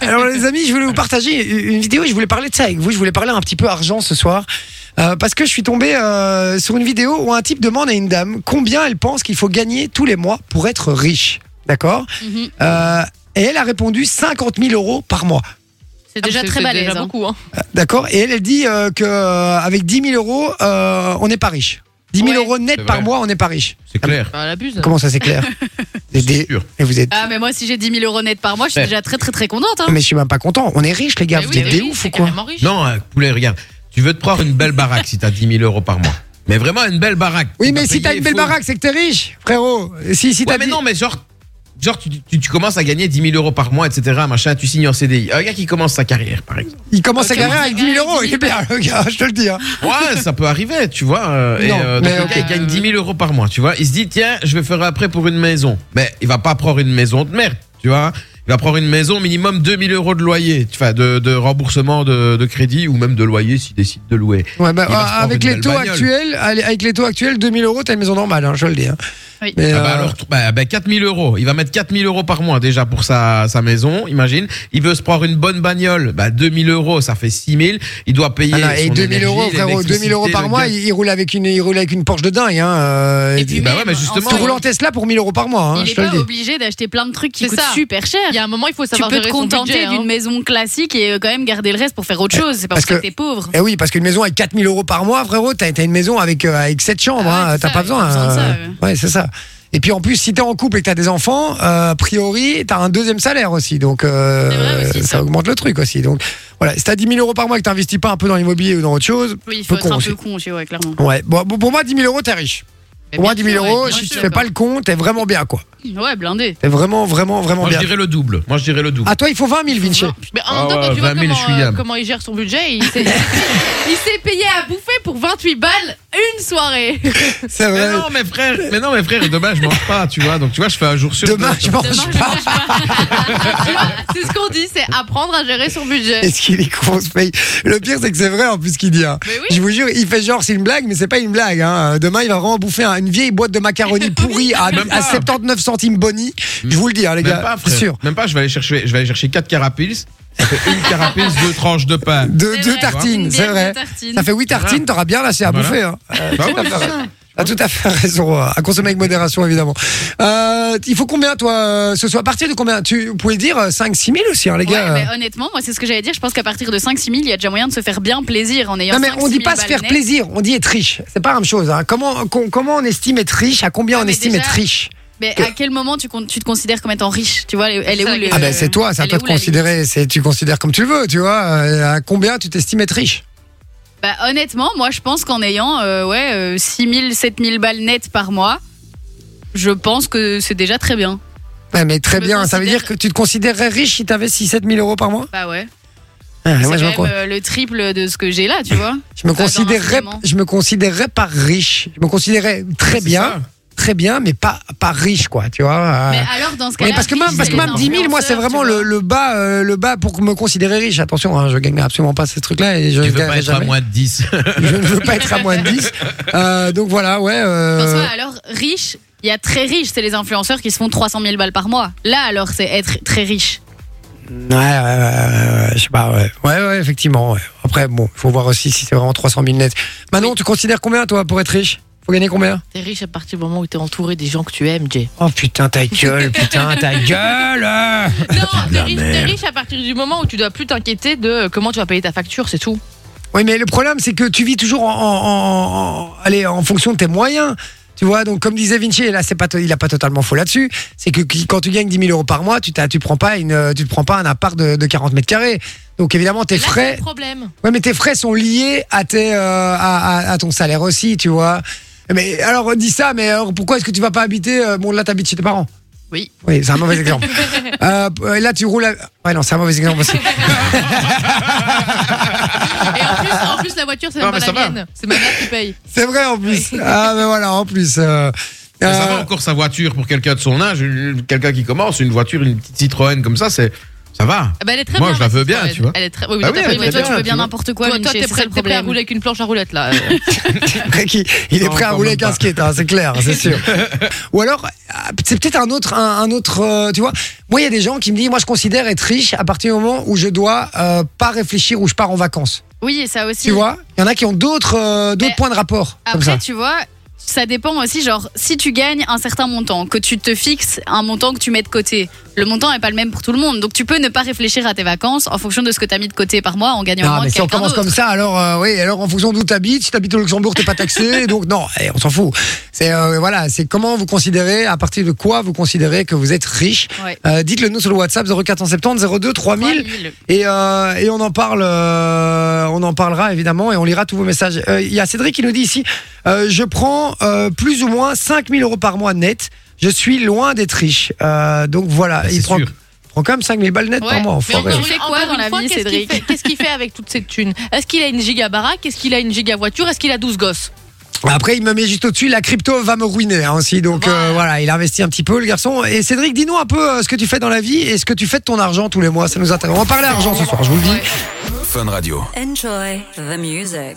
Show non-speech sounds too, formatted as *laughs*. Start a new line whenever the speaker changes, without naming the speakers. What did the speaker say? Alors les amis, je voulais vous partager une vidéo. et Je voulais parler de ça avec vous. Je voulais parler un petit peu argent ce soir euh, parce que je suis tombé euh, sur une vidéo où un type demande à une dame combien elle pense qu'il faut gagner tous les mois pour être riche. D'accord
Mhm.
Euh, Et elle a répondu 50 000 euros par mois.
C'est déjà très balèze.
Déjà
hein.
beaucoup, hein.
D'accord Et elle, elle dit euh, que euh, avec 10 000 euros, euh, on n'est pas riche. 10 000
Ouais.
euros net
C'est
par
vrai.
mois, on n'est pas riche.
C'est clair.
Bah, elle abuse.
Comment ça, c'est
*laughs*
clair Des- des-
sûr.
Et vous êtes.
Ah, mais moi, si j'ai 10 000 euros net par mois, je suis
Ouais.
déjà très, très, très contente. Hein.
Mais je suis même pas content. On est riche, les gars.
Ah. Mais
vous
oui,
êtes
mais
des
oui,
ouf
c'est
ou quoi
carrément riche.
Non, hein, poulet, regarde. Tu veux te prendre une belle baraque si t'as 10 000 euros par mois. Mais vraiment une belle baraque.
Oui,
Tu
mais
vas
si t'as
payer
une belle
full.
baraque, c'est que t'es riche, frérot. Si, si t'as
Ouais, mais
dit-
non, mais genre, genre tu, tu- tu commences à gagner 10 000 euros par mois, etc. Machin, tu signes en CDI. Un gars qui commence sa carrière, par exemple.
Il commence
Ok,
à garer
on
avec
va
10 000
garer
euros. Il est
10 000
bien, le gars, je te le dis. hein.
*laughs* Ouais, ça peut arriver, tu vois. euh, et,
Non,
euh, donc
mais
le
ok.
gars, il gagne 10 000 euros par mois, tu vois. Il se dit, tiens, je vais faire après pour une maison. Mais il va pas prendre une maison de merde, tu vois. Il va prendre une maison minimum 2 000 euros de loyer, enfin de, de remboursement de, de crédit ou même de loyer s'il décide de louer.
Ouais, bah,
Il va se prendre
avec
une
les
belle
taux
bagnole.
actuels, allez, avec les taux actuels, 2000 euros, t'as une maison normale, hein, je le dis. hein.
Oui.
Mais,
Ah bah
euh,
alors, bah, bah, 4000 euros. Il va mettre 4000 euros par mois déjà pour sa, sa maison, imagine. Il veut se prendre une bonne bagnole. Bah, 2000 euros, ça fait 6000. Il doit payer.
ah non, et
son
2000
énergie,
euros, frérot, 2000 euros par
l'électricité,
mois,
le gaz.
il, il roule avec une, il roule avec une Porsche de dingue. Hein, euh,
Et
il-
puis,
bah
même,
ouais, mais justement,
tu
en
ouais.
roules en
soi,
Tesla pour 1000 euros par mois, hein,
il
je
est
te le
pas
dis.
obligé d'acheter plein de trucs qui
C'est
coûtent
ça.
super cher.
Il y a un moment, il faut
Tu
savoir
peux te
gérer son budget,
contenter
hein.
d'une maison classique et euh, quand même garder le reste pour faire autre chose. C'est pas
parce
parce que
que-
t'es pauvre.
Eh oui, parce qu'une maison avec 4000 euros par mois, frérot, t'as t'as une maison avec, euh, avec 7 chambres,
Ah ouais,
hein,
c'est
t'as
ça,
pas
il y a
besoin.
pas besoin de ça,
euh, Ouais, c'est ça. Et puis en plus, si t'es en couple et que t'as des enfants, euh, a priori, t'as un deuxième salaire aussi. Donc euh,
C'est vrai aussi,
ça.
ça.
augmente le truc aussi. Donc voilà, si t'as 10 000 euros par mois et que t'investis pas un peu dans l'immobilier ou dans autre chose,
Oui, il faut
peu
être
con
un
aussi.
peu con chez ouais, clairement.
ouais. Bon, bon, pour moi, 10 000 euros, t'es riche. Pour moi, 10 000 euros,
Eh bien
si tu
sûr,
fais
quoi.
pas le con, t'es vraiment bien, quoi.
Ouais, blindé.
T'es vraiment, vraiment, vraiment
Moi, je
bien.
dirais le double. Moi, je dirais le double.
À toi, il faut 20 000, Vinci.
Mais en même temps,
Ah
quand
ouais,
tu vois
20 000
comment, euh,
chouïables.
comment il gère son budget, il
*laughs*
s'est il s'est payé à bouffer pour 28 balles une soirée.
C'est
Mais
vrai.
non, mais frère, mais non, mais frère, demain, je mange pas, tu vois. Donc, tu vois, je fais un jour sur
Demain,
deux, tu
Oh, je
vois.
Demain,
mange
je
pas.
mange pas. Tu vois, c'est ce qu'on dit, c'est apprendre à gérer son budget.
*laughs* Est-ce qu'il est con, ce mec Le pire, c'est que c'est vrai, en plus, ce qu'il dit. hein.
Mais oui.
Je vous jure, il fait genre, c'est une blague, mais c'est pas une blague. hein. Demain, il va vraiment bouffer un- une vieille boîte de
*laughs*
macaroni pourrie à,
Même
à
pas.
79 centimes Bonnie. Je vous le dis, hein, les
Même
gars.
pas,
c'est
frère.
sûr.
Même pas, je vais aller chercher, je vais aller chercher quatre carapils. Ça fait une carapils, deux tranches
*laughs*
de pain.
Deux,
C'est
deux
vrai,
tartines,
une
c'est
bière,
vrai.
deux tartines.
Ça fait 8 tartines, t'auras bien lâché à
Voilà.
bouffer. Hein. Euh,
Bah
tout à
oui,
fait
c'est
raison.
ça.
T'as tout à fait raison, euh, à consommer avec modération évidemment. Euh, il faut combien toi euh, ce soir À partir de combien Tu vous pouvez dire euh, 5 6 000 aussi, hein, les
Ouais,
gars.
mais honnêtement, moi, c'est ce que j'allais dire. Je pense qu'à partir de 5-6 000, il y a déjà moyen de se faire bien plaisir en ayant
Non mais
5
on
6
dit
000
pas se faire
balles net.
plaisir, on dit être riche. C'est pas la même chose. Hein. Comment com- comment on estime être riche À combien
Ah,
on
mais
estime
déjà,
être riche
Mais
Que-
à quel moment tu, con- tu te considères comme étant riche Tu vois, elle, elle est
Ça,
où le-
Ah ben c'est toi, c'est à
euh, elle
toi
est
de
où la
considérer. C'est tu considères comme tu le veux, tu vois. Euh, À combien tu t'estimes être riche
Bah, honnêtement, moi, je pense qu'en ayant euh, ouais, euh, 6 000, 7 000 balles nettes par mois, je pense que c'est déjà très bien.
Ouais, mais très
me
bien. Ça veut
considère-
dire que tu te considérerais riche si t'avais 6 7 000 euros par mois
Bah ouais.
Ah,
c'est
moi, je me
quand même euh, le triple de ce que j'ai là, tu vois.
Je me
Pas dans
considérerais,
l'instrument.
je me considérerais pas riche. Je me considérais très
C'est
bien,
ça.
très bien, mais pas pas riche quoi, tu vois.
Mais
Euh,
alors, dans ce
Mais
cas-là.
parce que
riche,
même, parce
c'est
que
les
même 10 000, moi, c'est
influenceurs,
vraiment
tu
le,
vois.
le bas, euh, le bas pour me considérer riche. Attention, hein, je gagne absolument pas ce truc-là et je,
Tu
ne
veux pas
gagnerai
être à
jamais.
moins de 10.
Je ne veux pas être à moins de *laughs* 10. Euh, donc voilà, ouais. euh,
Dans ce cas, alors, riche, il y a très riche, c'est les influenceurs qui se font 300 000 balles par mois. Là, alors, c'est être très riche.
Ouais, ouais, ouais, ouais, ouais, je sais pas, ouais. Ouais, ouais, effectivement. ouais. Après, bon, faut voir aussi si c'est vraiment 300 000 net. Manon, tu considères combien, toi, pour être riche Faut gagner combien
T'es riche à partir du moment où t'es entouré des gens que tu aimes, Jay.
Oh putain, ta gueule, putain, ta gueule euh.
Non, t'es riche, t'es
merde.
riche à partir du moment où tu dois plus t'inquiéter de euh, comment tu vas payer ta facture, c'est tout.
Oui, mais le problème, c'est que tu vis toujours en, en- en- en- allez, en fonction de tes moyens. Tu vois, donc comme disait Vinci, et là c'est pas, to- il a pas totalement faux là-dessus, c'est que qui- quand tu gagnes 10 000 euros par mois, tu t'as- tu prends pas une, euh, tu te prends pas un appart de, de 40 mètres carrés. Donc évidemment tes
Là, c'est
frais,
le problème.
ouais, mais tes frais sont liés à tes, euh, à, à- à ton salaire aussi, tu vois. Mais alors dis ça, mais alors, pourquoi est-ce que tu vas pas habiter, euh, bon là t'habites chez tes parents.
Oui.
Oui, c'est un mauvais
*laughs*
exemple. Euh, euh, là tu roules, à... ouais non c'est un mauvais exemple aussi.
Et en plus, en plus, la voiture, c'est même
Non,
pas la
mais ça va.
mienne. C'est ma mère qui paye.
C'est vrai en
*laughs*
plus. Ah mais voilà en plus. euh,
Mais Ça va
euh,
encore sa voiture pour quelqu'un de son âge, quelqu'un qui commence, une voiture, une petite Citroën comme ça, c'est Ça va
Ah bah, elle est très
Moi,
bien.
je la veux bien,
Baptiste,
tu vois.
Elle est très. Oui, oui,
Bah
t'as pas
oui, elle
eu,
est
mais
mais
très
toi,
toi, tu
bien, tu
veux bien
vois.
n'importe
tu
quoi,
vois, toi,
Vinci,
t'es
c'est ça
prêt,
le
t'es prêt à
problème.
rouler avec une planche à
*laughs*
roulettes là.
Cracky, *laughs* il est prêt à
Non,
rouler
quand
15
même
skates, hein, c'est clair,
*laughs*
c'est sûr. Ou alors, ah, c'est peut-être un autre, un, un autre, euh, tu vois. Moi, il y a des gens qui me disent, moi, je considère être riche à partir du moment où je dois euh, pas réfléchir où je pars en vacances.
Oui, et ça aussi.
Tu
Mm.
vois Il y en a qui ont d'autres, euh, d'autres
Mais
points de rapport. comme ça.
Après, tu vois, ça dépend aussi, genre, si tu gagnes un certain montant, que tu te fixes un montant que tu mets de côté, le montant n'est pas le même pour tout le monde. Donc, tu peux ne pas réfléchir à tes vacances en fonction de ce que tu as mis de côté par mois en gagnant
Non,
moins
mais
que
si on
quelqu'un
commence
d'autre.
comme ça, alors euh, oui, alors en fonction d'où t'habites, si t'habites au Luxembourg, t'es pas
*laughs*
taxé, donc non, eh, on s'en fout. C'est euh, voilà, c'est comment vous considérez, à partir de quoi vous considérez que vous êtes riche.
Ouais.
Euh, Dites-le nous sur le WhatsApp 0470 02 3000 et euh, et on en parle, euh, on en parlera évidemment et on lira tous vos messages. Euh, Il y a Cédric qui nous dit ici, euh, je prends euh, plus ou moins 5000 euros par mois net. Je suis loin d'être riche, Euh, donc voilà.
Bah,
il
c'est
prend,
sûr.
prend quand même 5000 balles net par
Ouais,
mois.
mais
enfoiré.
encore
une-
Tu fais quoi
encore
dans
une
la
fois,
vie,
qu'est-ce qu'il
Cédric
fait- Qu'est-ce qu'il fait avec toute cette thune Est-ce qu'il a une giga baraque Est-ce qu'il a une giga voiture Est-ce qu'il a 12 gosses
Après, il me met juste au-dessus. La crypto va me ruiner hein, aussi. Donc
Voilà.
euh, voilà, il investit un petit peu, le garçon. Et Cédric, dis-nous un peu euh, ce que tu fais dans la vie et ce que tu fais de ton argent tous les mois. Ça nous intéresse. On va parler argent ce soir, je vous le dis.
Fun Radio.
Enjoy the music.